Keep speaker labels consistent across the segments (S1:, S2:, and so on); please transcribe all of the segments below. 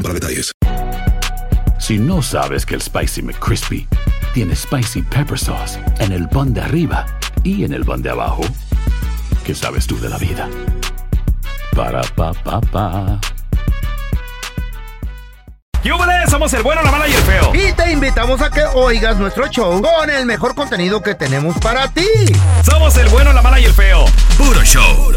S1: para detalles.
S2: Si no sabes que el Spicy McCrispy tiene Spicy Pepper Sauce en el pan de arriba y en el pan de abajo, ¿qué sabes tú de la vida? Para, pa, pa, pa.
S3: ¡Yúbales! Somos el bueno, la mala y el feo.
S4: Y te invitamos a que oigas nuestro show con el mejor contenido que tenemos para ti.
S3: Somos el bueno, la mala y el feo.
S1: Puro show.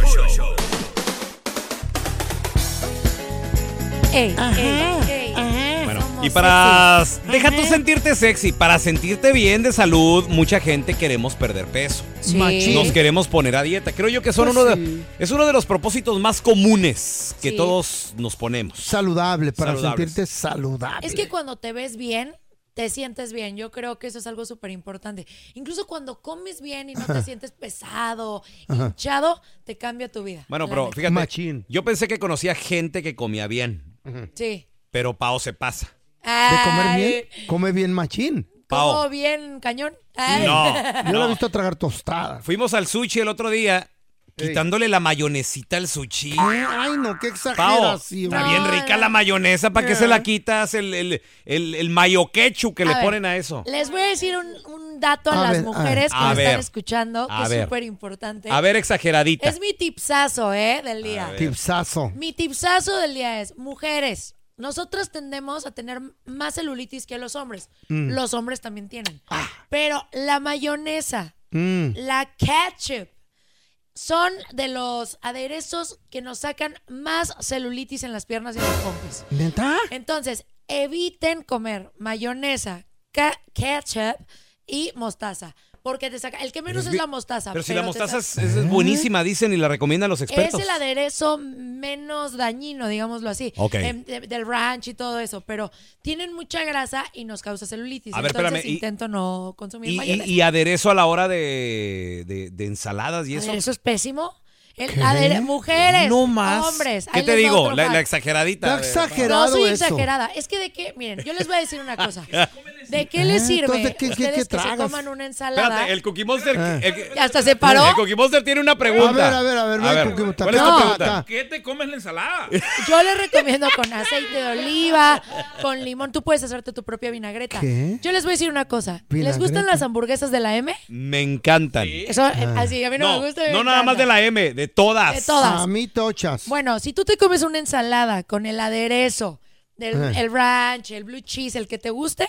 S5: Ey,
S6: Ajá,
S5: ey,
S6: ajá.
S3: Bueno,
S5: somos
S3: y para.
S5: sexys.
S3: Deja tú
S5: Ajá.
S3: sentirte sexy. Para sentirte bien de salud, mucha gente queremos perder peso.
S5: Sí.
S6: Machín.
S3: Nos queremos poner a dieta. Creo yo que son
S6: Pues
S3: uno de,
S6: sí.
S3: es uno de los propósitos más comunes que
S5: Sí.
S3: todos nos ponemos.
S6: Saludable, para
S3: Saludables.
S6: sentirte saludable.
S5: Es que cuando te ves bien, te sientes bien. Yo creo que eso es algo súper importante. Incluso cuando comes bien y no te sientes pesado, hinchado, te cambia tu vida.
S3: Bueno,
S5: La
S3: pero
S5: neta.
S3: fíjate,
S6: Machín.
S3: yo pensé que conocía gente que comía bien,
S5: Sí.
S3: pero Pao se pasa.
S6: De comer
S5: Ay,
S6: bien, come bien machín.
S3: Pao.
S5: Como bien, cañón. Ay.
S3: No,
S6: Yo la he visto tragar tostada.
S3: Fuimos al sushi el otro día
S6: Ey.
S3: quitándole la mayonesita al sushi.
S6: Ay, no, qué
S3: Pao,
S6: exageración.
S3: está
S5: No,
S3: bien rica
S5: no.
S3: la mayonesa, ¿para qué se la quitas? El, el, el, el mayo quechu que le
S5: ver,
S3: ponen a eso.
S5: Les voy a decir un, un dato a,
S6: A
S5: las
S6: ver, a
S5: mujeres
S3: ver.
S5: que
S3: A
S5: me
S3: ver.
S5: están escuchando,
S3: A
S5: que
S3: ver.
S5: es súper importante.
S3: A ver, exageradita.
S5: Es mi tipsazo, ¿eh? Del día.
S6: Tipsazo.
S5: Mi tipsazo del día es, mujeres, nosotras tendemos a tener más celulitis que los hombres.
S3: Mm.
S5: Los hombres también tienen.
S3: Ah.
S5: Pero la mayonesa,
S6: Mm.
S5: la ketchup, son de los aderezos que nos sacan más celulitis en las piernas y en los pompis.
S6: ¿Neta?
S5: Entonces, eviten comer mayonesa, ca- ketchup y mostaza. Porque te saca. El que menos
S3: Pero es
S5: es,
S3: bi-
S5: la mostaza.
S3: Pero si la
S5: te
S3: mostaza
S5: saca-
S3: es, es- es buenísima, dicen y la recomiendan los
S5: es
S3: expertos.
S5: el aderezo menos dañino, digámoslo así.
S3: Ok.
S5: em, de- del ranch y todo eso. Pero tienen mucha grasa y nos causa celulitis.
S3: A ver,
S5: Entonces
S3: espérame, y-
S5: intento no consumir
S3: y, y-
S5: mayonesa.
S3: y aderezo a la hora de, de- de ensaladas y eso.
S5: Aderezo es pésimo. El adere- mujeres,
S3: No más.
S5: hombres.
S3: ¿Qué
S5: pues, ahí
S3: te
S5: les va
S3: digo?
S5: otro
S3: La,
S5: hack.
S3: la exageradita.
S6: Está
S3: a ver,
S6: exagerado
S5: No soy
S6: eso.
S5: exagerada. Es que de qué, miren, yo les voy a decir una cosa. ¿De qué les
S6: Ah,
S5: sirve
S6: entonces, ¿qué- qué-
S5: ustedes
S6: qué
S5: que se
S6: tragas?
S5: coman una ensalada?
S3: Espérate, el Cookie Monster.
S6: Ah.
S3: el-
S5: ¿Hasta se paró?
S3: El Cookie Monster tiene una pregunta.
S6: A ver, a ver, a ver, no hay Cookie Monster.
S3: ¿Cuál es
S5: No.
S3: tu pregunta?
S6: Acá.
S7: ¿Qué te comes la ensalada?
S5: Yo les recomiendo con aceite de oliva, con limón. Tú puedes hacerte tu propia vinagreta.
S6: ¿Qué?
S5: Yo les voy a decir una cosa. ¿Les
S6: ¿Vinagreta? Ah.
S5: gustan las hamburguesas de la M?
S3: Me encantan.
S5: Eso, eh, así, a mí no,
S3: No,
S5: me gusta. me
S3: no nada
S5: encanta.
S3: más de la M, de todas.
S5: De todas.
S6: A mí tochas.
S5: Bueno, si tú te comes una ensalada con el aderezo, del,
S6: Eh.
S5: el ranch, el blue cheese, el que te guste,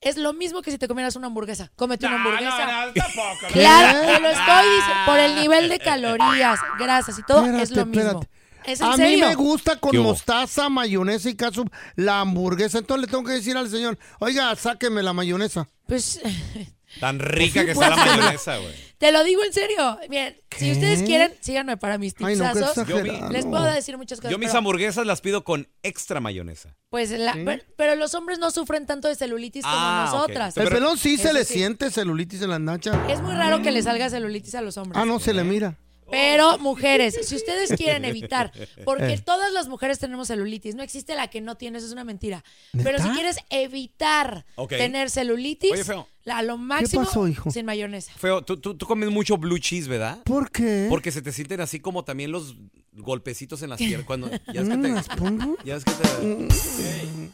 S5: es lo mismo que si te comieras una hamburguesa. Cómete una hamburguesa.
S7: Ah, no, no, tampoco. no.
S5: Claro,
S6: ¿Qué?
S5: te lo estoy diciendo. Por el nivel de calorías, grasas y todo, es lo mismo. ¿Es en
S6: a
S5: serio?
S6: mí me gusta con
S3: ¿Qué hubo?
S6: mostaza, mayonesa y catsup la hamburguesa. Entonces le tengo que decir al señor, oiga, sáqueme la mayonesa.
S5: Pues
S3: Tan rica que está la
S6: pues.
S3: mayonesa, güey.
S5: te lo digo en serio. Miren, si ustedes quieren, síganme para mis
S6: Ay, no, qué
S5: tipsazos.
S3: Yo vi-
S6: exagerado.
S5: Les puedo decir muchas cosas.
S3: Yo mis
S5: pero,
S3: hamburguesas las pido con extra mayonesa.
S5: pues, la- pero, pero los hombres no sufren tanto de celulitis
S3: Ah,
S5: como
S3: ok.
S5: nosotras.
S6: El
S3: Pero-
S6: pelón sí se
S5: Eso
S6: le
S5: sí.
S6: siente celulitis en las nachas.
S5: Es muy raro que le salga celulitis a los hombres.
S6: Ah, no, se le mira.
S5: Pero mujeres, si ustedes quieren evitar, porque
S6: Eh.
S5: todas las mujeres tenemos celulitis, no existe la que no tiene, eso es una mentira. Pero si quieres evitar
S3: Ok.
S5: tener celulitis,
S3: Oye, feo.
S5: la- a lo máximo
S6: pasó, hijo?
S5: sin mayonesa.
S3: Feo, tú, tú, tú comes mucho blue cheese, ¿verdad?
S6: ¿Por
S5: ¿Eh?
S6: qué?
S3: Porque se te sienten así como también los golpecitos en las piernas. Cuando, ya ves que
S6: ¿No me Mm, las
S3: te-
S6: pongo?
S3: ya ves que te-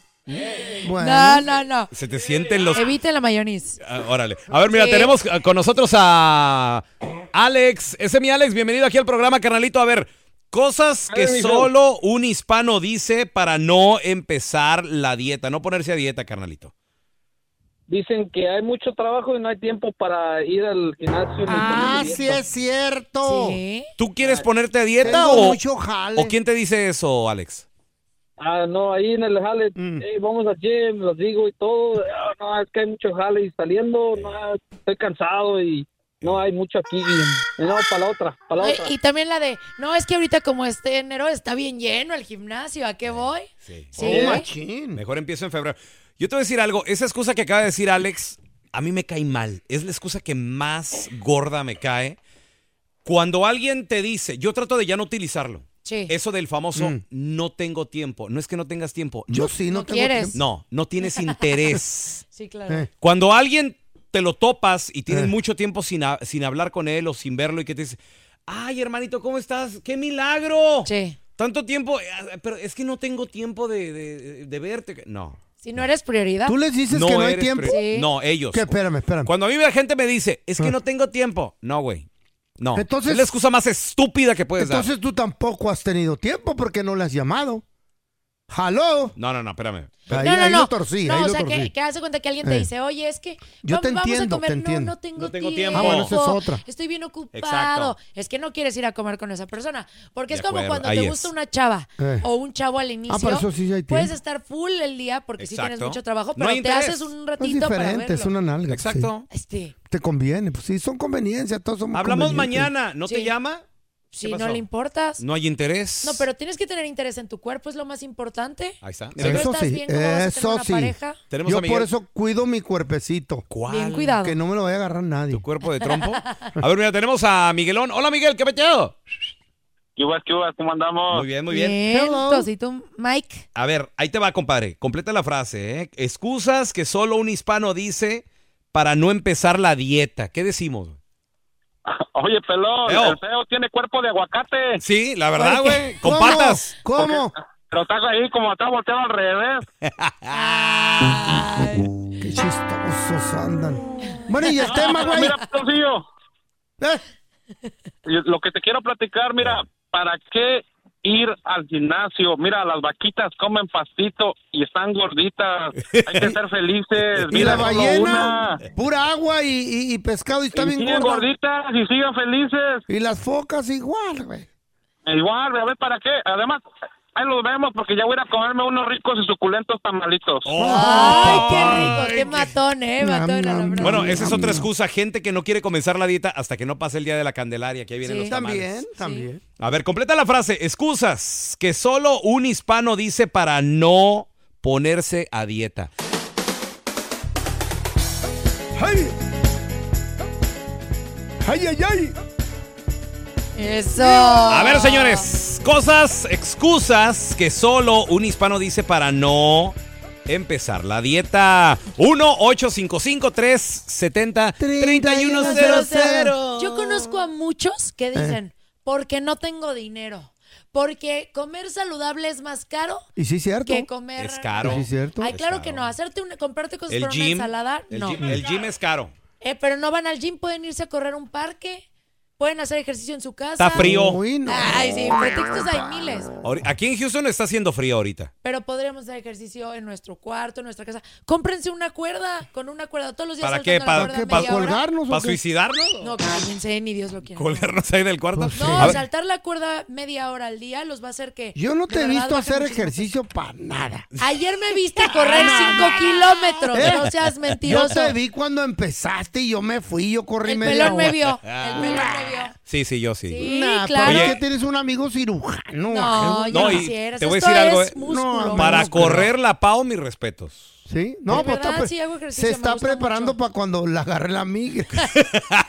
S6: Bueno.
S5: No, no, no.
S3: se te sienten los...
S5: Eviten la mayonesa.
S3: Ah, órale. A ver, mira,
S5: Sí.
S3: tenemos ah, con nosotros a Alex. Ese es mi Alex. Bienvenido aquí al programa, carnalito. A ver, Cosas que solo un hispano dice para no empezar la dieta, no ponerse a dieta, carnalito.
S8: Dicen que hay mucho trabajo y no hay tiempo para ir al gimnasio. ni
S6: Ah,
S8: poner dieta.
S6: sí es cierto.
S5: Sí.
S3: ¿Tú quieres ponerte a dieta
S6: Tengo
S3: o,
S6: mucho jale.
S3: o quién te dice eso, Alex?
S8: Ah, no, ahí en el jale,
S6: Mm.
S8: "Ey, vamos al gym, los digo y todo. Ah, no, es que hay mucho jale y saliendo, no, estoy cansado y no hay mucho aquí. Y, no, para la otra, para la
S5: Oye,
S8: otra.
S5: y también la de, no, es que ahorita como este enero está bien lleno el gimnasio, ¿a qué voy?
S3: Sí.
S5: Sí.
S6: Oh, machín.
S3: Mejor empiezo en febrero. Yo te voy a decir algo, esa excusa que acaba de decir Alex, a mí me cae mal. Es la excusa que más gorda me cae. Cuando alguien te dice, yo trato de ya no utilizarlo.
S5: Sí.
S3: Eso del famoso no tengo tiempo. No es que no tengas tiempo.
S6: Yo
S3: no,
S6: sí, Mm. no,
S5: no
S6: tengo
S5: quieres.
S6: tiempo.
S3: no, no tienes interés.
S5: Sí, claro.
S6: Eh.
S3: Cuando alguien te lo topas y tienes
S6: Eh.
S3: mucho tiempo sin, ha- sin hablar con él o sin verlo y que te dice, ay hermanito, ¿cómo estás? ¡Qué milagro!
S5: Sí.
S3: Tanto tiempo, eh, ah, pero es que no tengo tiempo de, de- de verte. No.
S5: Si no eres prioridad.
S6: Tú les dices que no hay
S3: eres
S6: tiempo.
S3: pre- No, ellos.
S6: Que espérame, espérame.
S3: Cuando a mí la gente me dice, es que
S6: Ah.
S3: no tengo tiempo. No, güey. No.
S6: Entonces-
S3: es la excusa más estúpida que puedes
S6: Entonces tú tampoco has tenido tiempo porque no le has llamado. Hello.
S3: dar. No, no, no, espérame.
S6: Ahí,
S5: no, no,
S6: ahí
S5: no.
S6: lo torcí,
S5: no,
S6: ahí
S5: o
S6: lo
S5: sea,
S6: torcí.
S5: que, que hace cuenta que alguien te
S6: Eh.
S5: dice, oye, es que
S6: Yo
S5: vam-
S6: te
S5: vamos
S6: entiendo,
S5: a comer.
S6: te entiendo.
S5: No, no tengo,
S3: No tengo
S5: tiempo.
S3: tiempo.
S6: Ah, bueno, esa es otra.
S5: Estoy bien ocupado.
S3: Exacto.
S5: Es que no quieres ir a comer con esa persona. Porque
S3: De
S5: es como
S3: acuerdo,
S5: cuando
S3: ahí
S5: te
S3: es.
S5: gusta una chava
S6: Eh.
S5: o un chavo al inicio.
S6: para eso sí hay tiempo.
S5: Puedes estar full el día porque sí tienes
S3: Exacto.
S5: mucho trabajo,
S3: No
S5: pero
S3: hay
S5: te
S3: interés.
S5: haces un
S6: es
S5: ratito para verlo.
S6: diferente, es una nalga.
S3: Exacto.
S5: Este,
S6: sí. Te conviene, pues sí, son conveniencias, todos somos
S3: Hablamos
S6: convenientes.
S3: mañana. ¿No
S5: Sí.
S3: te llama?
S5: si
S3: ¿Qué
S5: no
S3: pasó?
S5: le importas. No.
S3: No hay interés.
S5: pero tienes que tener interés en tu cuerpo, es lo más importante.
S3: Ahí está.
S5: Si no
S6: Eso
S5: estás
S6: sí,
S5: bien, ¿cómo vas a tener
S6: eso
S5: una
S6: sí.
S5: pareja?
S3: Tenemos
S6: Yo
S3: a Miguel.
S6: por eso cuido mi cuerpecito.
S3: ¿Cuál?
S5: Bien cuidado.
S6: Que no me lo vaya a agarrar nadie.
S3: ¿Tu cuerpo de trompo? A ver, mira, tenemos a Miguelón. Hola, Miguel, ¿qué peteado?
S8: ¿Qué hubo, qué hubo? ¿Cómo andamos?
S3: Muy bien, muy bien.
S6: Hello.
S5: Tocito, Mike.
S3: A ver, ahí te va, compadre. Completa la frase, ¿eh? Excusas que solo un hispano dice para no empezar la dieta. ¿Qué decimos?
S8: Oye, pelón,
S3: Feo.
S8: el feo tiene cuerpo de aguacate.
S3: Sí, la verdad, güey.
S6: ¿Cómo?
S3: Compartas.
S6: ¿Cómo?
S8: Pero está ahí como está volteado al revés.
S6: Qué chistosos andan. Bueno, y el tema, güey.
S8: Ah, Mira, peloncillo,
S6: Eh,
S8: y lo que te quiero platicar, mira, ¿para qué ir al gimnasio? Mira, las vaquitas comen pastito y están gorditas. Hay que ser felices.
S6: Y
S8: Mira,
S6: la
S8: solo
S6: ballena,
S8: una.
S6: pura agua y, y- y pescado y está
S8: Y
S6: bien
S8: siguen
S6: gorda.
S8: gorditas y siguen felices.
S6: Y las focas igual, güey.
S8: Igual, a ver, ¿para qué? Además, ahí los vemos porque ya voy a ir a comerme unos ricos y suculentos tamalitos.
S3: Oh. Ay,
S5: Ay, qué rico, qué matón, eh,
S6: Nam,
S5: matón. a la
S6: nam,
S5: brava.
S3: Bueno,
S6: Nam,
S3: esa es
S6: nam,
S3: otra
S6: nam.
S3: excusa. Gente que no quiere comenzar la dieta hasta que no pase el día de la Candelaria, que ahí vienen
S5: Sí.
S3: los tamales.
S6: También, también.
S3: A ver, completa la frase. Excusas que solo un hispano dice para no ponerse a dieta.
S6: ¡Ay! ¡Ay, ay, ay!
S5: Eso.
S3: A ver, señores. Cosas, excusas que solo un hispano dice para no empezar la dieta. 1-855-370-3100.
S5: Yo conozco a muchos
S3: Eh.
S5: que dicen, porque no tengo dinero. Porque comer saludable es más caro
S6: Y sí, cierto.
S5: que comer.
S3: Es caro.
S6: Sí, cierto.
S5: Ay, claro
S3: Es
S5: que
S3: caro.
S5: no. Hacerte una, comprarte cosas
S3: El
S5: para
S3: gym,
S5: una ensalada,
S3: el
S5: no.
S3: gym- el gym es caro.
S5: Eh, pero no van al gym, pueden irse a correr a un parque, pueden hacer ejercicio en su casa.
S3: Está frío.
S6: Uy, no.
S5: Ay, sí, pretextos hay miles.
S3: Ahori- Aquí en Houston está haciendo frío ahorita.
S5: Pero podríamos hacer ejercicio en nuestro cuarto, en nuestra casa. Cómprense una cuerda, con una cuerda todos los días.
S3: ¿Para
S5: saltando
S3: qué?
S5: la
S3: ¿Para
S5: cuerda
S6: ¿Qué,
S3: qué?
S5: media
S6: ¿Para
S3: ¿Pa-
S5: hora.
S6: colgarnos
S3: ¿Para
S6: o qué?
S3: suicidarnos?
S5: No, cállense, ni Dios lo quiere.
S3: ¿Colgarnos ahí del cuarto?
S6: Pues
S5: No,
S3: A ver,
S5: saltar la cuerda media hora al día los va a hacer que.
S6: Yo no te
S5: de
S6: he
S5: verdad
S6: visto
S5: bajen
S6: hacer
S5: muchísimo
S6: ejercicio para nada.
S5: peso. Ayer me viste correr 5 kilómetros. No seas
S6: Yo
S5: mentiroso.
S6: te vi cuando empezaste y yo me fui, yo corrí
S5: El
S6: media
S5: pelón
S6: hora.
S5: me
S6: Ah.
S5: vio. El pelón me vio.
S3: sí, sí, yo sí.
S5: Sí,
S6: Nah, pues,
S5: claro.
S6: ¿para qué tienes un amigo cirujano?
S5: No,
S6: ajeno?
S5: yo
S3: No,
S5: no
S3: y
S5: quisiera.
S3: te voy a
S5: Esto
S3: decir algo,
S5: es
S3: eh.
S5: músculo.
S6: No,
S3: Para
S6: no creo.
S3: correr la PAO, mis respetos.
S6: ¿Sí? No,
S5: De
S6: pues
S5: verdad,
S6: está pre-
S5: sí hago ejercicio,
S6: se
S5: me
S6: está
S5: gusta
S6: preparando
S5: mucho.
S6: para cuando la agarre la migra.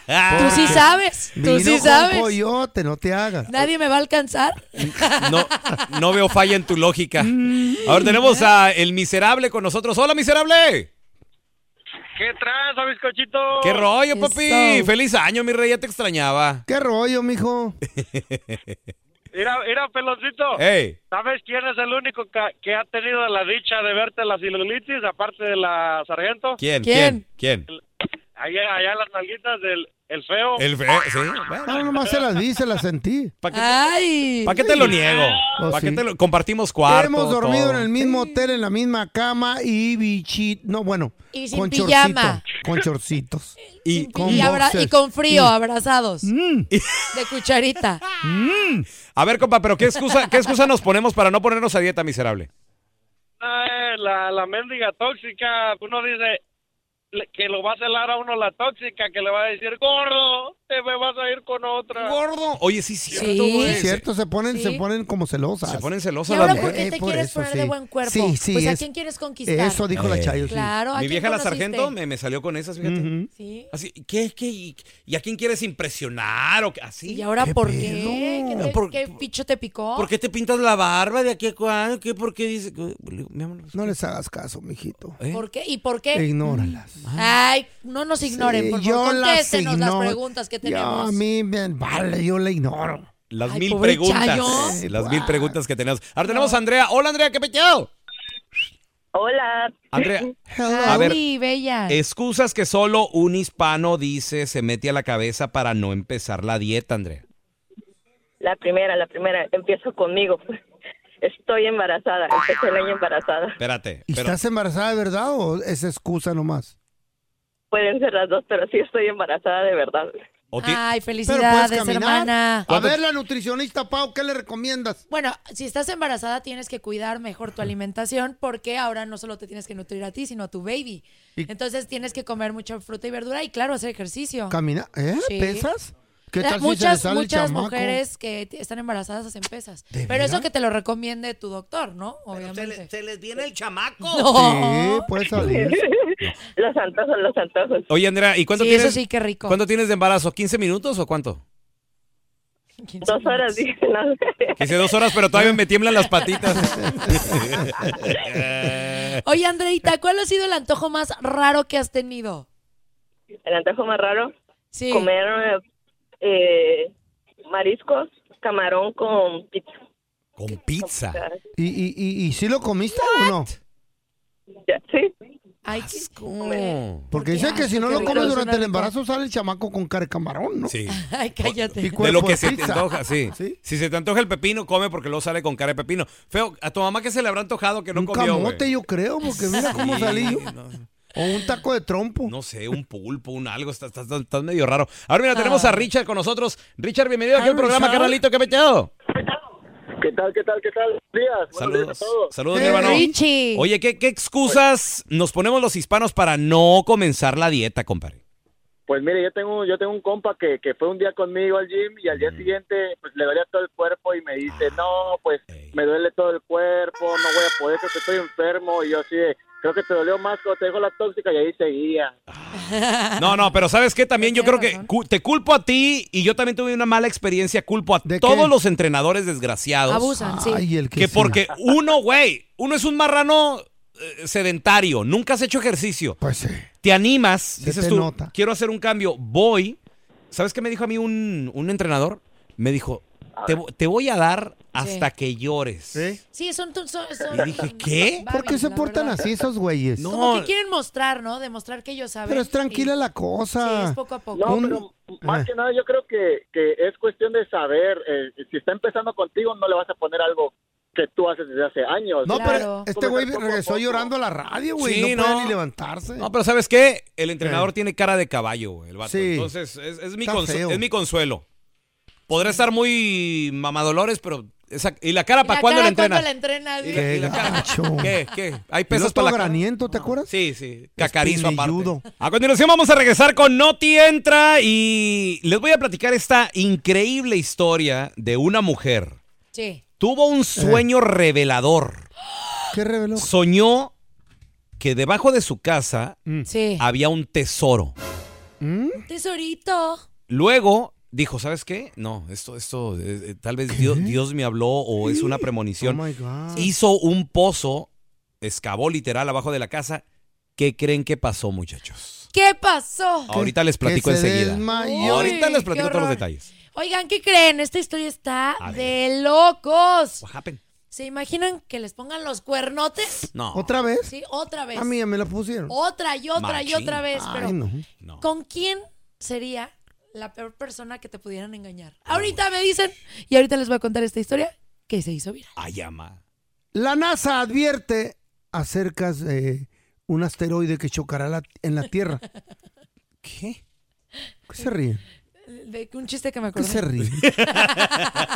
S5: Ah. Tú sí sabes. Tú
S6: Vino
S5: sí
S6: con
S5: sabes.
S6: coyote, no te hagas.
S5: Nadie me va a alcanzar.
S3: No, no veo falla en tu lógica. Ahora tenemos a El Miserable con nosotros. ¡Hola, Miserable!
S8: ¿Qué traes, bizcochito?
S3: ¡Qué rollo, papi!
S5: Oh, Eso.
S3: ¡Feliz año, mi rey! Ya te extrañaba.
S6: ¿Qué rollo, mijo?
S8: Mira, mira, peloncito.
S6: Eh.
S3: ¡Ey!
S8: ¿Sabes quién es el único ca- que, ha tenido la dicha de verte la celulitis, aparte de la sargento?
S3: ¿Quién?
S5: ¿Quién?
S3: ¿Quién? ¿Quién?
S8: allá, allá las nalguitas del el feo.
S3: El fe, sí. Bueno,
S6: No, nomás se las vi, se las sentí.
S3: ¿Para qué,
S5: Ay.
S3: pa' qué te lo niego?
S6: Oh,
S3: ¿Para qué
S6: sí.
S3: te lo compartimos cuarto?
S6: Hemos dormido
S3: todo.
S6: en el mismo hotel, en la misma cama y bichito. No, bueno.
S5: Y sin
S6: con
S5: pijama.
S6: chorcito, Con chorcitos.
S3: Y
S6: con
S5: y, abra-
S6: boxers.
S5: y con frío, abrazados.
S6: Mm.
S5: De cucharita.
S3: a ver, compa, pero qué excusa, qué excusa nos ponemos para no ponernos a dieta miserable.
S8: Ah, eh, la, la mendiga tóxica, pues uno dice le- que lo va a celar a uno la tóxica, que le va a decir, gordo, te me vas a ir con otra.
S3: Gordo. Oye, sí, sí.
S5: Sí.
S6: Sí,
S5: Ese.
S6: es cierto, se ponen,
S5: Sí.
S6: se ponen como celosas.
S3: Se ponen
S5: ¿Y
S3: celosas las
S5: ahora por
S3: mujeres.
S5: qué
S6: Eh,
S5: te
S6: por
S5: quieres
S6: eso,
S5: poner
S6: sí.
S5: de buen cuerpo?
S6: Sí, sí,
S5: pues a
S6: es-
S5: quién quieres conquistar.
S6: Eso dijo la
S3: Eh.
S6: Chayo, sí.
S5: Claro, ¿a
S3: Mi
S5: quién
S3: vieja la
S5: conociste?
S3: sargento me, me salió con esas, fíjate.
S6: Ujú.
S5: Sí.
S3: Así, ¿qué, qué, y, y a quién quieres impresionar? ¿O qué? ¿Así?
S5: ¿Y ahora
S6: ¿Qué
S5: por
S6: pedo?
S5: qué? ¿Qué, te-
S3: Por-
S5: qué picho te picó?
S3: ¿Por qué te pintas la barba de aquí a cuándo? ¿Qué? ¿Por qué dices? Le digo, mi amor,
S6: No les hagas caso, mijito. E
S3: ¿eh?
S5: ¿Por qué? ¿Y por qué?
S6: Ignóralas.
S5: Ay, no nos mm, ignoren,
S6: Sí,
S5: por
S6: yo
S5: favor. Contéstenos las,
S6: ignoro.
S5: preguntas que
S6: Yo,
S5: tenemos.
S6: a mí, me- vale, yo la ignoro.
S3: Las
S5: Ay,
S3: mil
S5: pobre
S3: preguntas.
S5: Chayo.
S3: Sí, Las mil preguntas que tenemos. Ahora tenemos a Andrea. Hola, Andrea, qué peteado.
S9: Hola.
S3: Andrea,
S5: Ay,
S3: A ver,
S5: bella.
S3: excusas que solo un hispano dice se mete a la cabeza para no empezar la dieta, Andrea.
S9: La primera, la primera. Empiezo conmigo. Estoy embarazada. Empecé el año embarazada.
S3: Espérate.
S6: ¿Y
S3: pero-
S6: ¿Estás embarazada de verdad o es excusa nomás?
S9: Pueden ser las dos, pero sí estoy embarazada de verdad.
S3: o ti-
S5: Ay,
S6: Pero puedes
S5: felicidades,
S6: caminar.
S5: hermana.
S6: A ver, la nutricionista Pau, ¿qué le recomiendas?
S5: Bueno, si estás embarazada tienes que cuidar mejor tu alimentación porque ahora no solo te tienes que nutrir a ti, sino a tu baby.
S6: Y-
S5: Entonces tienes que comer mucha fruta y verdura y claro, hacer ejercicio.
S6: ¿Camina? ¿Eh?
S5: Sí.
S6: ¿Pesas? ¿Qué
S5: La-
S6: tal si se le
S5: muchas
S6: sale el
S5: muchas
S6: chamaco?
S5: mujeres que t- están embarazadas hacen pesas.
S6: ¿De
S5: Pero eso
S6: veras?
S5: que te lo recomiende tu doctor, ¿no? Obviamente.
S3: les viene el chamaco.
S5: No.
S6: Sí, puede salir.
S9: Los antojos, los antojos.
S3: Oye, Andrea, ¿y cuánto
S5: Sí,
S3: tienes?
S5: eso sí, qué rico.
S3: ¿Cuánto tienes de embarazo? ¿15 minutos o cuánto?
S5: 15
S9: Dos horas,
S5: minutos.
S9: dije. No.
S3: Quise dos horas, pero todavía me tiemblan las patitas.
S5: Oye, Andreita, ¿cuál ha sido el antojo más raro que has tenido?
S9: El antojo más raro,
S5: Sí.
S9: comer eh, mariscos, camarón con pizza.
S3: Con pizza.
S6: ¿Y, y, y, y sí lo comiste o no?
S9: Ya, Sí,
S5: Ay, qué-
S6: Mm.
S3: Oh.
S6: Porque
S5: Porque,
S6: dicen
S5: ay,
S6: que si
S5: sí,
S6: no
S5: qué
S6: lo
S5: rico,
S6: comes
S5: suena
S6: durante el
S5: rico.
S6: embarazo sale el chamaco con cara de camarón, ¿no?
S3: Sí.
S5: Ay, cállate.
S6: Y
S3: De
S6: cuerpo
S3: lo que se te
S6: pizza.
S3: antoja, sí.
S6: Sí.
S3: Si se te antoja el pepino, come porque luego sale con cara de pepino. Feo, a tu mamá que se le habrá antojado que no
S6: un
S3: comió. güey?
S6: camote, yo creo, porque mira cómo
S3: Sí,
S6: salí yo.
S3: no,
S6: O un taco de trompo.
S3: no sé, un pulpo, un algo, estás está, está- está medio raro. Ahora mira, tenemos a Richard con nosotros. Richard, bienvenido aquí
S6: Ay,
S3: al programa,
S6: Ah. Richard.
S3: carnalito, qué peteado.
S8: ¿Qué tal, qué tal, qué tal? Buenos días. buenos días a
S3: Saludos.
S8: todos.
S3: Saludos, mi
S6: Hey,
S3: hermano.
S5: Richie.
S3: Oye, ¿qué, qué excusas nos ponemos los hispanos para no comenzar la dieta, compadre?
S8: Pues mire, yo tengo, yo tengo un compa que, que fue un día conmigo al gym y al día siguiente pues, le dolía todo el cuerpo y me dice, no, pues
S3: Ey.
S8: me duele todo el cuerpo, no voy a poder, creo que estoy enfermo. Y yo así de, creo que te dolió más cuando te dejó la tóxica y ahí seguía.
S3: No, no, pero ¿sabes qué? También yo
S5: Tienes
S3: creo que
S5: razón.
S3: cu- te culpo a ti y yo también tuve una mala experiencia. Culpo a
S6: ¿De qué?
S3: todos los entrenadores desgraciados.
S5: Abusan, sí.
S6: Ay, el que,
S3: que,
S6: sí.
S3: porque uno, güey, uno es un marrano eh, sedentario, nunca has hecho ejercicio,
S6: Pues sí.
S3: te animas, dices
S6: te
S3: tú,
S6: nota.
S3: quiero hacer un cambio, voy. ¿Sabes qué me dijo a mí un, un entrenador? Me dijo, te, vo- te voy a dar hasta que llores.
S5: Sí, son... son, son-
S3: Y dije, ¿qué?
S5: son
S6: ¿Por qué
S5: babies,
S6: se
S5: la
S6: portan
S5: verdad.
S6: así esos güeyes?
S3: No.
S5: Como que quieren mostrar, ¿no? Demostrar que ellos saben.
S6: Pero es tranquila
S5: y-
S6: la cosa.
S5: Sí, es poco a poco.
S8: No,
S6: Un-
S8: pero más
S6: Ah.
S8: que nada yo creo que, que es cuestión de saber, eh, si está empezando contigo no le vas a poner algo que tú haces desde hace años.
S6: No, pero
S5: Claro.
S6: este güey
S8: Comenzar poco a
S6: regresó
S8: poco.
S6: llorando a la radio, güey.
S3: Sí,
S6: no,
S3: no.
S6: puede ni levantarse.
S3: No, pero ¿sabes qué? El entrenador tiene cara de caballo, güey, el vato.
S6: Sí.
S3: Entonces, es, es mi
S6: Está
S3: consu-
S6: feo.
S3: es mi consuelo. Podrá estar muy mamadolores, pero... esa- ¿Y la cara
S5: ¿Y
S3: para
S5: la
S3: cuándo la
S5: cara
S3: entrenas?
S5: cuándo la entrenas?
S3: ¿Y la-
S6: Qué
S3: y la cara?
S6: gacho.
S3: ¿Qué? ¿Qué? ¿Hay
S6: Pesas
S3: pesas para la cara?
S6: graniento, ¿te acuerdas?
S3: Sí, sí. Cacarizo
S6: Espinilludo.
S3: aparte. A continuación vamos a regresar con Noti Entra y les voy a platicar esta increíble historia de una mujer.
S5: Sí.
S3: Tuvo un sueño revelador.
S6: ¿Qué reveló?
S3: Soñó que debajo de su casa
S6: Mm,
S5: Sí.
S3: había un tesoro.
S5: Un tesorito.
S3: Luego dijo, ¿sabes qué? No, esto, esto, eh, eh, tal vez Dios, Dios me habló o es una
S6: Oh
S3: premonición.
S6: my God.
S3: Hizo un pozo, excavó literal abajo de la casa. ¿Qué creen que pasó, muchachos?
S5: ¿Qué pasó?
S3: Ahorita les platico
S6: que se
S3: enseguida.
S5: Uy,
S6: desmayó.
S3: Ahorita les
S5: qué
S3: platico todos los
S5: horror.
S3: detalles.
S5: Oigan, ¿qué creen? Esta historia está
S3: A ver.
S5: de locos.
S3: What happened?
S5: ¿Se imaginan que les pongan los cuernotes?
S3: No.
S6: ¿Otra vez?
S5: Sí, otra vez.
S6: A mí ya me la pusieron.
S5: Otra y otra y
S6: Machín.
S5: otra vez.
S6: Ay,
S5: Pues, oh, Pero,
S6: no.
S5: ¿con quién sería la peor persona que te pudieran engañar? Ahorita me dicen, y ahorita les voy a contar esta historia que se hizo viral.
S3: Ay, ama.
S6: La NASA advierte acerca de un asteroide que chocará la- en la Tierra.
S3: ¿Qué?
S6: ¿Qué se ríen?
S5: De un chiste que me
S6: ¿Qué
S5: acordé.
S6: se ríen?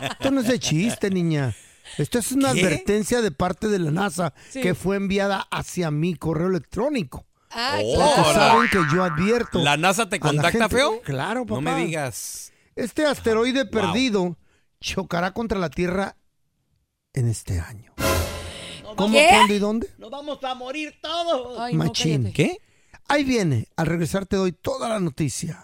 S6: Esto no es de chiste, niña. Esto es una
S5: ¿Qué?
S6: advertencia de parte de la NASA
S5: Sí.
S6: que fue enviada hacia mi correo electrónico.
S5: Ah,
S3: Oh,
S6: Porque
S3: la-
S6: saben que yo advierto.
S3: ¿La NASA te
S6: a la
S3: contacta
S6: gente.
S3: feo?
S6: Claro,
S3: No
S6: papá.
S3: me digas.
S6: Este asteroide
S3: Wow.
S6: perdido chocará contra la Tierra en este año. ¿Cómo,
S10: ¿Qué?
S6: cuándo y dónde?
S10: Nos vamos a morir todos.
S6: Machín. ¿Qué? Ahí viene. Al regresar te doy toda la noticia.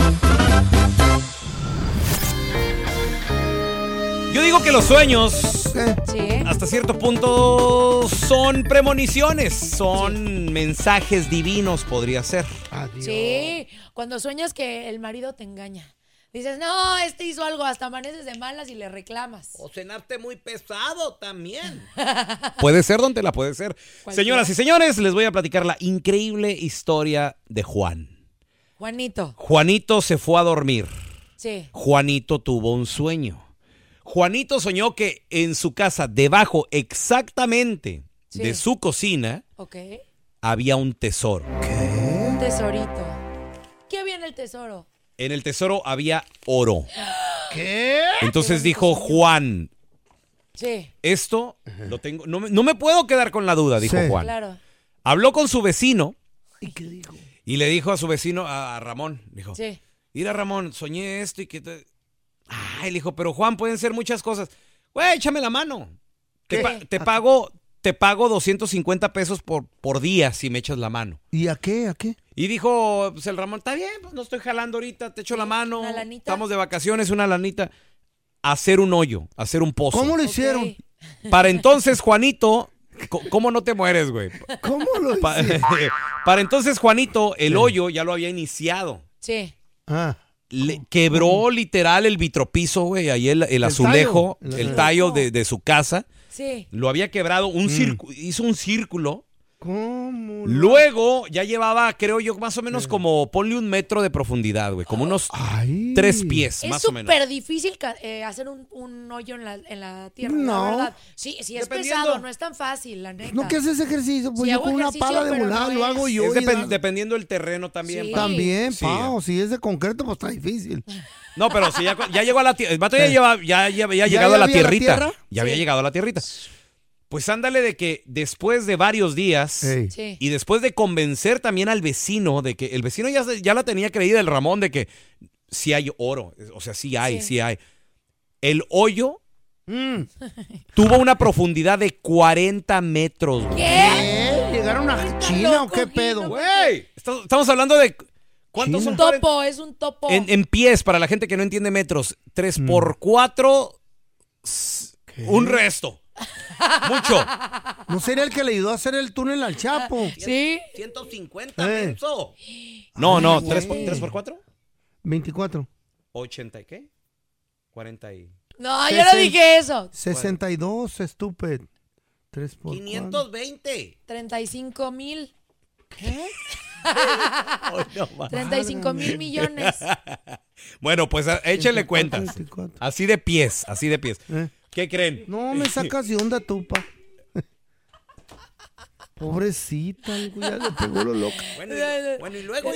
S3: Yo digo que los sueños, hasta cierto punto, son premoniciones, son mensajes divinos, podría ser.
S5: Sí, cuando sueñas que el marido te engaña. Dices, no, este hizo algo, hasta amaneces de malas y le reclamas. O
S3: cenarte muy pesado también.
S11: Puede ser, donde la puede ser.
S3: Señoras y señores, les voy a platicar la increíble historia de Juan.
S5: Juanito,
S3: Juanito se fue a dormir.
S5: sí.
S3: Juanito tuvo un sueño. Juanito soñó que en su casa, debajo exactamente
S5: Sí.
S3: de su cocina,
S5: Ok.
S3: había un tesoro.
S5: Un tesorito. ¿Qué había en el tesoro?
S3: En el tesoro había oro.
S5: ¿Qué?
S3: Entonces dijo Juan,
S5: Sí.
S3: esto lo tengo, no me, no me puedo quedar con la duda, dijo
S5: Sí.
S3: Juan.
S5: Claro.
S3: Habló con su vecino
S5: ¿Y qué dijo?
S3: y le dijo a su vecino, a, a Ramón, dijo,
S5: Sí.
S3: mira Ramón, soñé esto y que... te-". Ay, le dijo, pero Juan, pueden ser muchas cosas. Güey, échame la mano. Te,
S6: ¿Qué?
S3: pa-
S5: Ah,
S3: te pago, te pago 250 pesos por, por día si me echas la mano.
S6: ¿Y a qué? ¿A qué?
S3: Y dijo pues, el Ramón, está bien, pues, no estoy jalando ahorita, te echo la mano.
S5: una lanita.
S3: Estamos de vacaciones, una lanita. Hacer un hoyo, hacer un pozo.
S6: ¿Cómo lo hicieron?
S3: Para entonces, Juanito, co- ¿cómo no te mueres, güey?
S6: ¿Cómo lo
S3: Pa-
S6: hicieron?
S3: Para entonces, Juanito, el hoyo ya lo había iniciado.
S5: Sí.
S6: Ah.
S3: Le quebró literal el vitropiso, güey, ahí el, el azulejo, Mm.
S6: tallo.
S3: el tallo de, de su casa.
S5: Sí.
S3: Lo había quebrado, un círculo, hizo un círculo.
S6: ¿Cómo?
S3: Luego ya llevaba, creo yo, más o menos como, ponle un metro de profundidad, güey, como unos tres pies,
S5: Es
S3: más o menos.
S5: súper difícil ca- eh, hacer un, un hoyo en la, en la tierra,
S6: No.
S5: la verdad. Sí, sí es
S6: Dependiendo.
S5: pesado, no es tan fácil,
S3: Pues
S5: la neta.
S6: Pues ¿No que haces ejercicio? Pues
S5: Sí,
S6: yo
S5: hago
S6: con una
S5: ejercicio,
S6: pala de
S5: pero
S6: volada
S5: no
S6: lo hago
S5: es-
S6: yo.
S3: Es
S6: y
S3: depen-
S6: nada.
S3: dependiendo del terreno también. pa.
S6: También,
S3: Sí.
S6: Pao. Si es de concreto, pues está difícil.
S3: No, pero si ya, cu- ya llegó a la tierra. El vato ya, lleva- ya, ya había
S6: ¿Ya
S3: llegado a la
S6: había la
S3: tierrita.
S6: tierra?
S3: Ya había llegado a la tierrita. Pues ándale de que después de varios días
S5: Sí.
S3: y después de convencer también al vecino de que el vecino ya, se- ya la tenía creída, el Ramón, de que sí hay oro. O sea, sí hay,
S5: Sí.
S3: sí, hay. El hoyo Mm. tuvo una profundidad de 40 metros. güey.
S5: ¿Qué?
S6: ¿Eh? era una china o qué pedo?
S3: Güey, esto- estamos hablando de cuántos
S5: Es un
S3: son
S5: topo, es un topo.
S3: en, en pies para la gente que no entiende metros. 3 por 4 un resto. Mucho.
S6: ¿No sería el que le ayudó a hacer el túnel al Chapo?
S5: Sí.
S6: 150
S3: Eh. No,
S6: Ay,
S3: no,
S6: güey.
S3: 3 por, 4
S6: 24.
S3: 80 y qué? 40 y
S5: No, yo no
S6: Sesen-
S5: dije eso.
S6: 62, estúpido. 3 por
S5: 520. 35 mil. ¿Qué?
S3: 35
S5: 35 mil millones.
S3: Bueno, pues a- échale cuentas. Así de pies, así de pies. ¿Qué creen?
S6: ¿Eh? No, me sacas de onda tú, pa. Pobrecita, hijo, ya le pegó lo loco.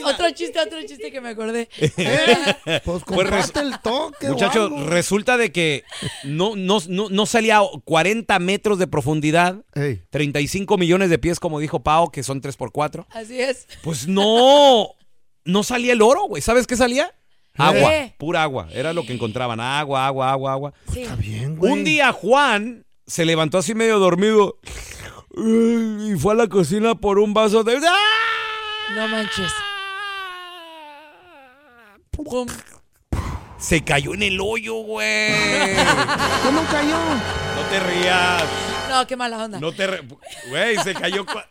S5: Otro chiste, otro chiste que me acordé.
S6: Pues
S3: res-
S6: comparte el toque, o
S3: Muchachos,
S6: algo.
S3: resulta de que no, no, no, no salía a 40 metros de profundidad, 35 millones de pies, como dijo Pao, que son 3 por 4
S5: Así es.
S3: Pues no, no salía el oro, güey. ¿Sabes qué salía? Agua,
S5: ¿Qué?
S3: pura agua. Era lo que encontraban. Agua, agua, agua, agua.
S5: Sí.
S3: Un día Juan se levantó así medio dormido y fue a la cocina por un vaso de... ¡Ah!
S5: No manches. Pum.
S3: Se cayó en el hoyo, güey.
S6: ¿Cómo cayó?
S3: No te rías.
S5: No, qué mala onda.
S3: No te... re- Güey, se cayó... cua-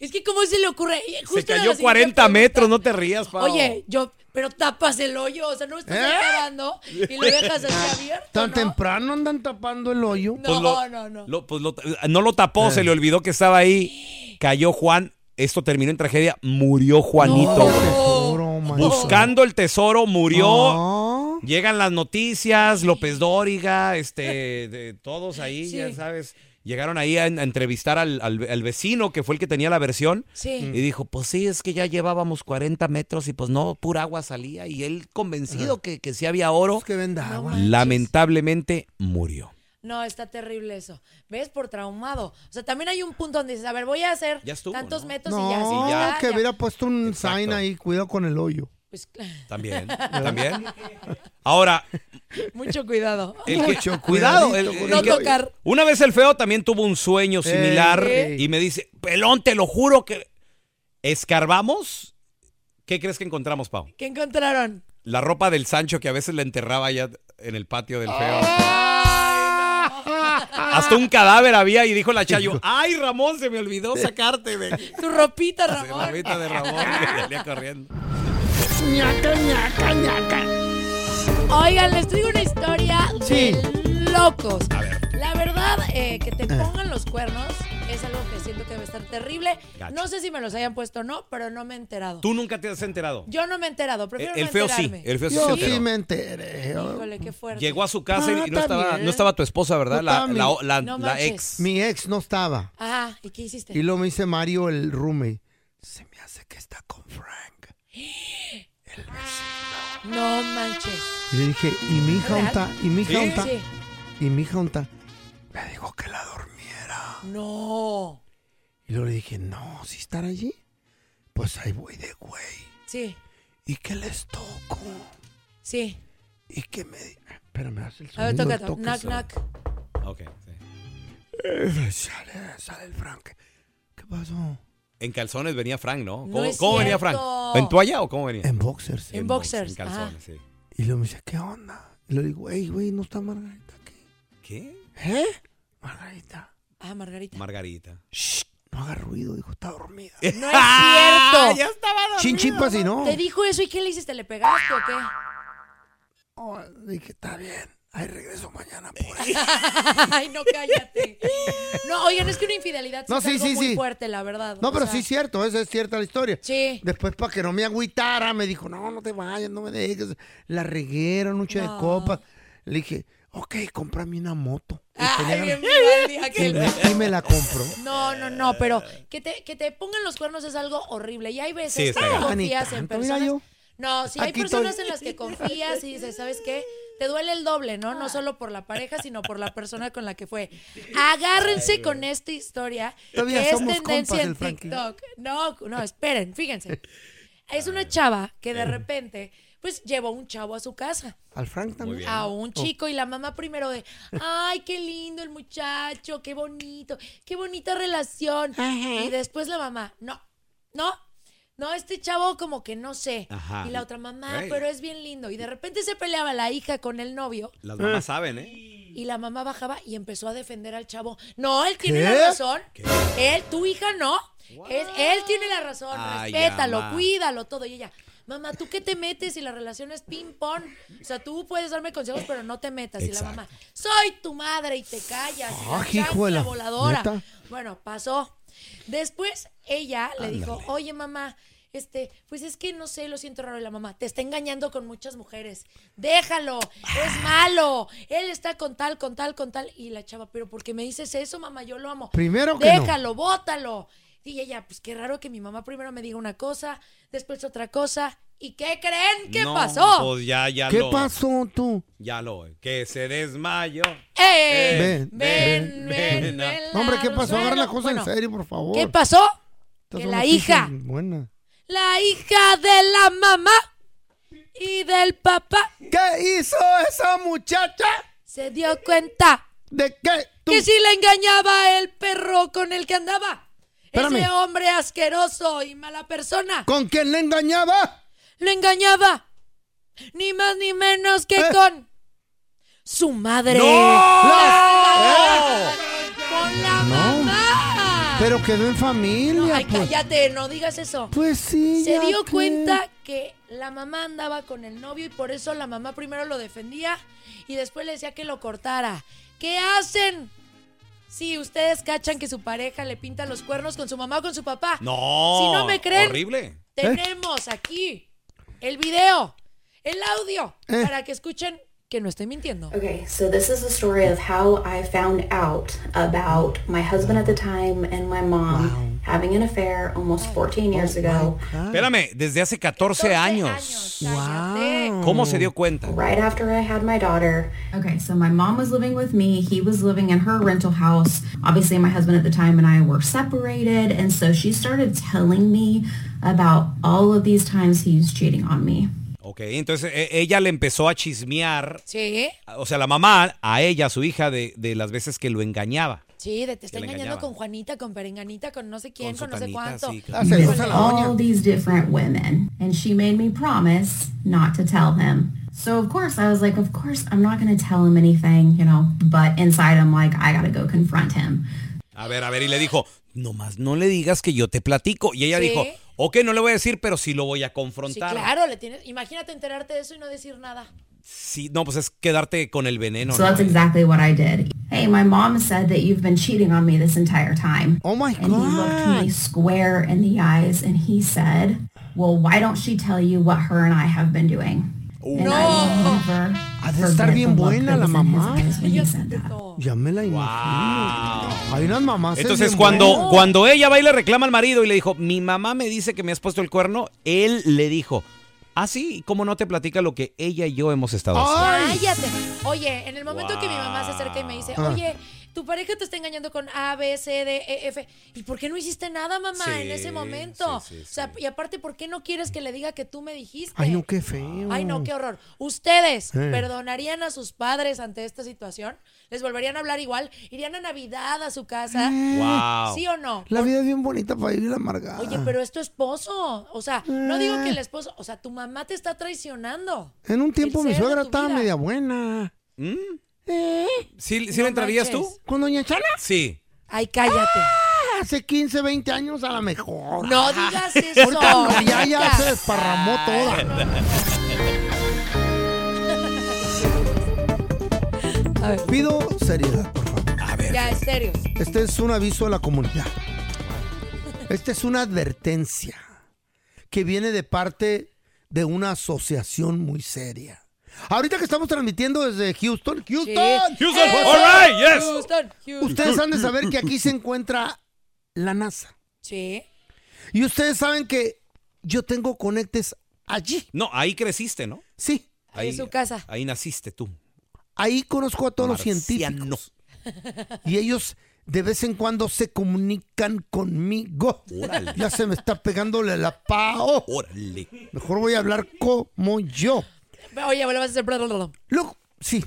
S5: Es que cómo se le ocurre. Eh, justo
S3: Se
S5: era la
S3: cayó
S5: siguiente
S3: 40 metros, no te rías, Pao.
S5: Oye, yo, pero tapas el hoyo, o sea, no lo estás
S6: ¿Eh?
S5: acabando y lo dejas así abierto.
S6: Tan temprano andan tapando el hoyo.
S3: Pues lo-
S5: no, no.
S3: lo- pues lo- no lo tapó, se le olvidó que estaba ahí. Cayó Juan. Esto terminó en tragedia. Murió Juanito. Buscando el tesoro, murió. Llegan las noticias, López Dóriga, este, de todos ahí, ya sabes. Llegaron ahí a, en- a entrevistar al, al- al vecino que fue el que tenía la versión.
S5: Sí.
S3: Y dijo, pues sí, es que ya llevábamos 40 metros y pues no, pura agua salía. Y él convencido que, que sí había oro. Lamentablemente murió.
S5: No, está terrible eso. ¿Ves? Por traumado. O sea, también hay un punto donde dices, a ver, voy a hacer
S3: Ya estuvo,
S5: tantos metros y ya.
S6: No,
S5: sí, ya,
S6: que
S5: ya.
S6: hubiera puesto un sign ahí, cuidado con el hoyo.
S5: Pues,
S3: También, también. Ahora,
S5: Mucho cuidado.
S3: el que- cuidado. el- el
S5: no
S3: que-
S5: tocar.
S3: Una vez el feo también tuvo un sueño similar
S5: Ey.
S3: y me dice, pelón, te lo juro que escarbamos. ¿Qué crees que encontramos, Pau?
S5: ¿Qué encontraron?
S3: La ropa del Sancho que a veces la enterraba allá en el patio del feo. Hasta un cadáver había y dijo la Chayo, ¡ay, Ramón, se me olvidó sacarte de
S5: tu ropita, Ramón!
S3: la ropita de Ramón! que salía corriendo.
S6: Ñaca, ñaca, ñaca.
S5: Oigan, les traigo una historia
S6: Sí.
S5: de locos. La verdad, eh, que
S3: Ah.
S5: te pongan los cuernos es algo que siento que debe estar terrible.
S3: Gacho.
S5: No sé si me los hayan puesto o no, pero no me he enterado.
S3: Tú nunca te has enterado.
S5: Yo no me he enterado, prefiero
S3: El- el
S5: no
S3: feo sí,
S5: enterarme.
S3: el feo sí
S6: Yo
S3: se
S6: sí
S3: enteró.
S6: me enteré.
S5: Híjole, qué fuerte.
S3: Llegó a su casa
S6: Ah,
S3: y no
S6: está
S3: estaba,
S6: bien.
S3: no estaba tu esposa, ¿verdad? La, la-
S6: No, mi-
S3: la-
S5: No
S3: la
S5: manches.
S3: ex.
S6: Mi ex no estaba.
S5: Ajá, ¿y qué hiciste?
S6: Y luego me dice Mario, el roommate.
S5: No manches.
S6: Y le dije, ¿y mi hija
S5: ¿Real?
S6: unta? ¿Y mi hija
S5: Sí.
S6: unta?
S5: Sí.
S6: ¿Y mi hija unta?
S5: No.
S6: Y luego le dije, no, si estar allí, pues ahí voy de güey.
S5: Sí,
S6: ¿Y qué les toco?
S5: sí.
S6: ¿Y qué me...? di- Pero me das el
S5: A ver,
S6: sonido.
S5: toca.
S6: el toque,
S5: Knock,
S6: ¿sabes?
S5: knock.
S3: Ok, sí.
S6: Eh, Sale, sale el Frank. ¿Qué pasó?
S3: En calzones venía Frank, ¿no?
S6: No
S3: ¿Cómo,
S6: es
S3: cómo venía Frank?
S6: cierto.
S3: ¿En toalla o cómo venía?
S6: En boxers.
S5: En boxers,
S3: En calzones, sí.
S6: Y luego me dice, ¿qué onda? Y le digo, hey, güey, no está Margarita aquí.
S3: ¿Qué?
S6: ¿Eh?
S5: Ah, Margarita.
S3: Margarita.
S6: No haga ruido, dijo, está dormida.
S5: No es cierto.
S3: Ya estaba dormido.
S6: Eh, Chin, chin, pa, si no.
S5: ¿Te dijo eso y qué le hiciste? ¿Le pegaste o qué?
S6: Oh, dije, está bien. Ahí regreso mañana. pues."
S5: Eh, Ay, no, cállate. No, oigan, es que una infidelidad sí
S6: No,
S5: es
S6: sí,
S5: algo
S6: sí,
S5: muy
S6: sí.
S5: fuerte, la verdad.
S6: No,
S5: O
S6: pero
S5: sea,
S6: sí es cierto, esa es cierta la historia.
S5: Sí.
S6: Después, para que no me agüitara, me dijo, no, no te vayas, no me dejes. La reguera, noche
S5: No.
S6: de copas. Le dije, ok, cómprame una moto. Y
S5: Ay,
S6: tenía ganas-
S5: bien viva el día
S6: y, me, y
S5: que...
S6: me la compró.
S5: No, no, no, pero que te, que te pongan los cuernos es algo horrible. Y hay veces
S6: Sí, está
S5: que
S6: gacho.
S5: confías
S6: Ni
S5: en
S6: tanto, mira yo.
S5: personas. No, sí, hay
S6: Aquí
S5: personas
S6: estoy.
S5: en las que confías y dices, ¿sabes qué? Te duele el doble, ¿no? No solo por la pareja, sino por la persona con la que fue. Agárrense con esta historia
S6: Todavía
S5: que es
S6: somos
S5: tendencia
S6: compas
S5: en
S6: del Frankie.
S5: TikTok. No, no, esperen, fíjense. Es una chava que de repente, pues llevó un chavo a su casa.
S6: Al Frank también.
S5: A un
S3: Oh.
S5: chico y la mamá primero de, ay, qué lindo el muchacho, qué bonito, qué bonita relación. Y después la mamá, no, no, no, este chavo como que no sé.
S3: Ajá.
S5: Y la otra mamá,
S3: Ey.
S5: pero es bien lindo. Y de repente se peleaba la hija con el novio.
S3: Las mamás saben, ¿eh?
S5: Y la mamá bajaba y empezó a defender al chavo. No, él tiene
S3: ¿Qué?
S5: la razón. Él, tu hija no. Es- él tiene la razón.
S3: Ay,
S5: Respétalo,
S3: ama.
S5: cuídalo, todo. Y ella, mamá, ¿tú qué te metes si la relación es ping-pong? O sea, tú puedes darme consejos, pero no te metas. Y la
S6: Exacto.
S5: mamá, soy tu madre y te callas. Y
S6: Ah,
S5: la
S6: hijo de
S5: chancla
S6: la-
S5: voladora.
S6: ¿neta?
S5: Bueno, pasó. Después ella le dijo,
S6: Ándale.
S5: oye mamá, este, pues es que no sé, lo siento raro. Y la mamá, te está engañando con muchas mujeres. Déjalo,
S6: Ah.
S5: es malo. Él está con tal, con tal, con tal. Y la chava, pero ¿por qué me dices eso, mamá? Yo lo amo.
S6: Primero que no.
S5: Déjalo, bótalo. Y ella, pues qué raro que mi mamá primero me diga una cosa, después otra cosa. ¿Y qué creen que
S3: No,
S5: pasó?
S3: Pues ya, ya
S6: ¿Qué
S3: lo.
S6: pasó tú?
S3: Ya lo. Que se desmayó.
S5: ¡Ey!
S6: Ven, ven,
S3: ven, ven.
S6: No, hombre, ¿qué pasó? Agarra la cosa
S5: Bueno,
S6: en serio, por favor.
S5: ¿Qué pasó?
S6: Estas
S5: Que
S6: son
S5: la
S6: noticias
S5: hija
S6: Buena.
S5: La hija de la mamá y del papá.
S6: ¿Qué hizo esa muchacha?
S5: Se dio cuenta.
S6: ¿De qué?
S5: Que si la engañaba el perro con el que andaba.
S6: Espérame.
S5: Ese hombre asqueroso y mala persona.
S6: ¿Con quién le engañaba?
S5: Lo engañaba. Ni más ni menos
S6: Eh.
S5: que con su madre.
S6: ¡No!
S5: Con la
S6: No.
S5: mamá.
S6: Pero quedó en familia.
S5: Ay,
S6: pues.
S5: cállate, no digas eso.
S6: Pues sí.
S5: Se
S6: ya
S5: dio
S6: qué.
S5: cuenta que la mamá andaba con el novio y por eso la mamá primero lo defendía y después le decía que lo cortara. ¿Qué hacen? Si ustedes cachan que su pareja le pinta los cuernos con su mamá o con su papá.
S3: No.
S5: Si no me creen,
S3: Horrible.
S5: tenemos aquí el video, el audio,
S12: Eh.
S5: para que escuchen que no estoy mintiendo.
S12: Okay, so this is the story of how I found out about my husband at the time and my mom having an affair almost 14 years ago.
S3: Espérame, desde hace 14, años. ¿Cómo se dio cuenta?
S12: Right after I had my daughter. Okay, so my mom was living with me. He was living in her rental house. Obviously, my husband at the time and I were separated. And so she started telling me about all of these times he's cheating on me.
S3: Ok, entonces e- ella le empezó a chismear.
S5: Sí,
S3: O sea, la mamá a ella, a su hija, de, de las veces que lo engañaba.
S5: sí, de te está
S3: Que la
S5: engañando
S3: engañaba.
S5: con Juanita, con Perenganita, con no sé quién, con,
S3: Con
S5: no sé
S3: Sotanita,
S5: cuánto. Ah,
S3: sí, Ah,
S12: with all these different women. And she made me promise not to tell him. So of course I was like, of course I'm not going to tell him anything, you know, but inside I'm like, I got to go confront him.
S3: A ver, a ver, y le dijo, nomás no le digas que yo te platico. Y ella
S5: Sí.
S3: dijo, ok, no le voy a decir, pero sí lo voy a
S5: Sí,
S3: confrontar.
S5: claro, le tienes. Imagínate enterarte de eso y no decir nada.
S3: Sí, no, pues es quedarte con el veneno.
S12: so
S3: ¿no?
S12: that's exactly what I did. Hey, my mom said that you've been cheating on me this entire time. Oh my and he looked me square in the eyes and he said, well, why don't she tell you what her and I have been doing? And I will never
S6: Ha de estar bien buena la mamá. Ya me la imagino. Hay unas mamás.
S3: Entonces, cuando, cuando ella va y le reclama al marido y le dijo, mi mamá me dice que me has puesto el cuerno, él le dijo, ah, sí, ¿y ¿cómo no te platica lo que ella y yo hemos estado haciendo?
S5: Cállate. Oye, en el momento que mi mamá se acerca y me dice,
S3: Ah.
S5: oye, tu pareja te está engañando con A, B, C, D, E, F. ¿Y por qué no hiciste nada, mamá,
S6: Sí,
S5: en ese momento? O sea, y aparte, ¿por qué no quieres que le diga que tú me dijiste?
S6: Ay, no, qué feo.
S5: Ay, no, qué horror. ¿Ustedes
S6: Eh.
S5: perdonarían a sus padres ante esta situación? ¿Les volverían a hablar igual? ¿Irían a Navidad a su casa?
S6: Guau.
S5: ¿Sí o no?
S6: La vida es bien bonita para vivir amargada.
S5: Oye, pero es tu esposo. O sea, no digo que el esposo, o sea, tu mamá te está traicionando.
S6: En un tiempo
S5: el
S6: mi
S5: ser de
S6: suegra
S5: tu
S6: estaba
S5: vida.
S6: media buena.
S3: ¿Sí, sí le entrarías tú?
S6: ¿Con Doña Chana?
S3: Sí.
S5: Ay, cállate.
S6: hace 15, 20 años a lo mejor.
S5: No digas eso,
S6: Ahorita no, ya, ya
S5: nunca.
S6: se desparramó toda. Pido seriedad, por favor. A
S5: Ya, en serio.
S6: Este es un aviso a la comunidad. Esta es una advertencia que viene de parte de una asociación muy seria. Ahorita que estamos transmitiendo desde Houston, Houston,
S3: Houston,
S6: What's
S3: all
S6: up?
S3: right, yes.
S5: Eh, Houston, Houston.
S6: Ustedes han de saber que aquí se encuentra la NASA.
S5: Sí.
S6: Y ustedes saben que yo tengo conectes allí.
S3: No, ahí creciste, ¿no?
S6: Sí.
S3: Ahí,
S6: En su casa.
S3: Ahí naciste tú.
S6: Ahí conozco a todos los
S3: Marciano.
S6: científicos. Y ellos de vez en cuando se comunican conmigo.
S3: Órale.
S6: Ya se me está pegándole la pao.
S3: Órale.
S6: Mejor voy a hablar como yo.
S5: Oye, bueno, vas a hacer. blablabla.
S6: Lo, sí.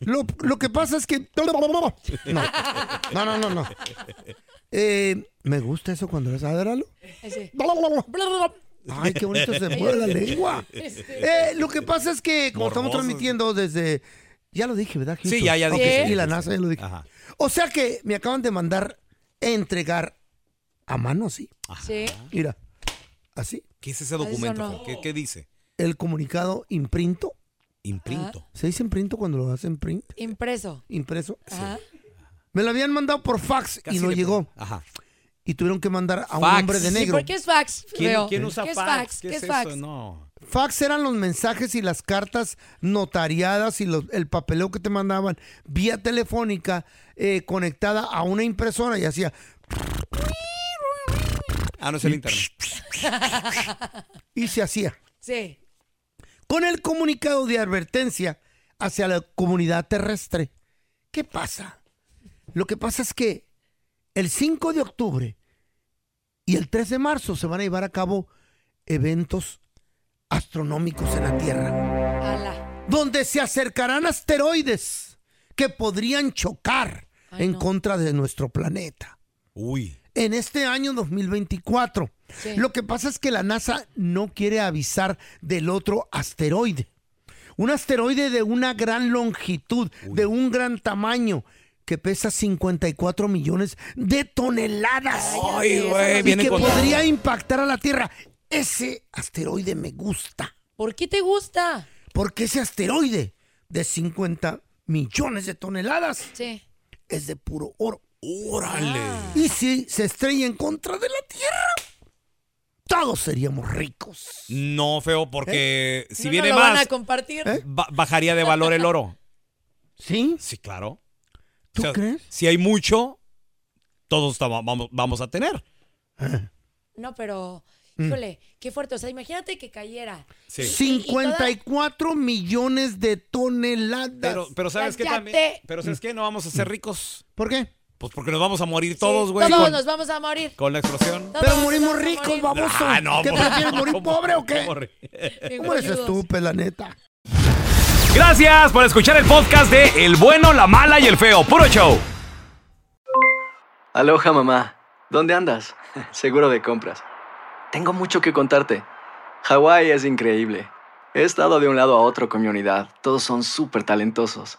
S6: Lo, lo que pasa es que. No, no, no, no. no. Eh, me gusta eso cuando eres. A ver, Lalo.
S5: Ese.
S6: Ay, qué bonito se mueve la lengua. Eh, lo que pasa es que, como estamos
S4: Morbosos.
S6: transmitiendo desde. Ya lo dije, ¿verdad?
S4: Sí, ya, ya
S6: Ok,
S4: dije.
S6: Y la NASA, ya lo dije. O sea que me acaban de mandar entregar a mano, sí.
S5: Sí.
S6: Mira, así.
S3: ¿Qué es ese
S6: Eso
S3: documento?
S6: no.
S3: ¿Qué, qué dice?
S6: El comunicado imprinto.
S3: Imprinto.
S6: ¿Se dice imprinto cuando lo hacen print?
S5: Impreso.
S6: Impreso.
S5: Ajá.
S6: Me lo habían mandado por fax
S3: Casi
S6: y no
S3: le-
S6: llegó.
S3: Ajá.
S6: Y tuvieron que mandar a un
S3: Fax.
S6: hombre de
S3: Sí,
S6: negro.
S5: ¿Por qué es fax?
S3: ¿Quién-
S5: Leo?
S3: quién usa
S5: ¿Qué es
S3: fax?
S5: fax?
S3: ¿Qué
S5: ¿Qué
S3: es
S5: es fax?
S3: eso? No.
S6: Fax eran los mensajes y las cartas notariadas y los- el papeleo que te mandaban vía telefónica eh, conectada a una impresora y hacía.
S3: Ah, no es
S6: Mm.
S3: el internet.
S6: Y se hacía.
S5: Sí.
S6: Con el comunicado de advertencia hacia la comunidad terrestre. ¿Qué pasa? Lo que pasa es que el 5 de octubre y el 3 de marzo se van a llevar a cabo eventos astronómicos en la Tierra. Donde se acercarán asteroides que podrían chocar en contra de nuestro planeta.
S3: Uy.
S6: En este año 2024. Lo que pasa es que la NASA no quiere avisar del otro asteroide. Un asteroide de una gran longitud, de un gran tamaño, que pesa 54 millones de toneladas.
S3: Ay, Ay, güey,
S6: y
S3: viene
S6: que
S3: con-
S6: podría impactar a la Tierra. Ese asteroide me gusta.
S5: ¿Por qué te gusta?
S6: Porque ese asteroide de 50 millones de toneladas
S5: Sí.
S6: es de puro oro. ¡Órale! Y si se estrella en contra de la Tierra, todos seríamos ricos.
S3: No, feo, porque si
S5: Eh. no
S3: viene
S5: nos lo van
S3: más,
S5: a compartir.
S6: ¿Eh?
S3: ba- bajaría de valor el oro.
S6: ¿Sí?
S3: Sí, claro.
S6: ¿Tú crees?
S3: Si hay mucho, todos tamo- vamos, vamos a tener.
S5: No, pero,
S6: Mm.
S5: híjole, qué fuerte. O sea, imagínate que cayera.
S3: Sí.
S5: Y- y toda-
S6: 54 millones de toneladas.
S3: Pero, pero ¿sabes qué
S5: Cállate.
S3: también? Pero
S6: Mm.
S3: ¿sabes qué? No vamos a ser ricos.
S6: ¿Por qué?
S3: Pues porque nos vamos a morir todos, güey.
S5: Todos
S3: con,
S5: nos vamos a morir.
S3: con la explosión.
S5: Todos nos
S6: morimos
S5: vamos a
S6: ricos,
S5: morir.
S6: baboso.
S3: Ah, no,
S6: ¿Qué
S3: pues,
S6: prefieres,
S3: no,
S6: morir
S3: ¿cómo-
S6: pobre o qué?
S3: cómo ri-
S6: ¿Cómo eres
S5: Engordidos.
S6: estúpido, la neta?
S11: Gracias por escuchar el podcast de El bueno, la mala y el feo. Puro show.
S13: Aloha mamá, ¿dónde andas? Seguro de compras. Tengo mucho que contarte. Hawái es increíble. He estado de un lado a otro con mi unidad. Todos son súper talentosos.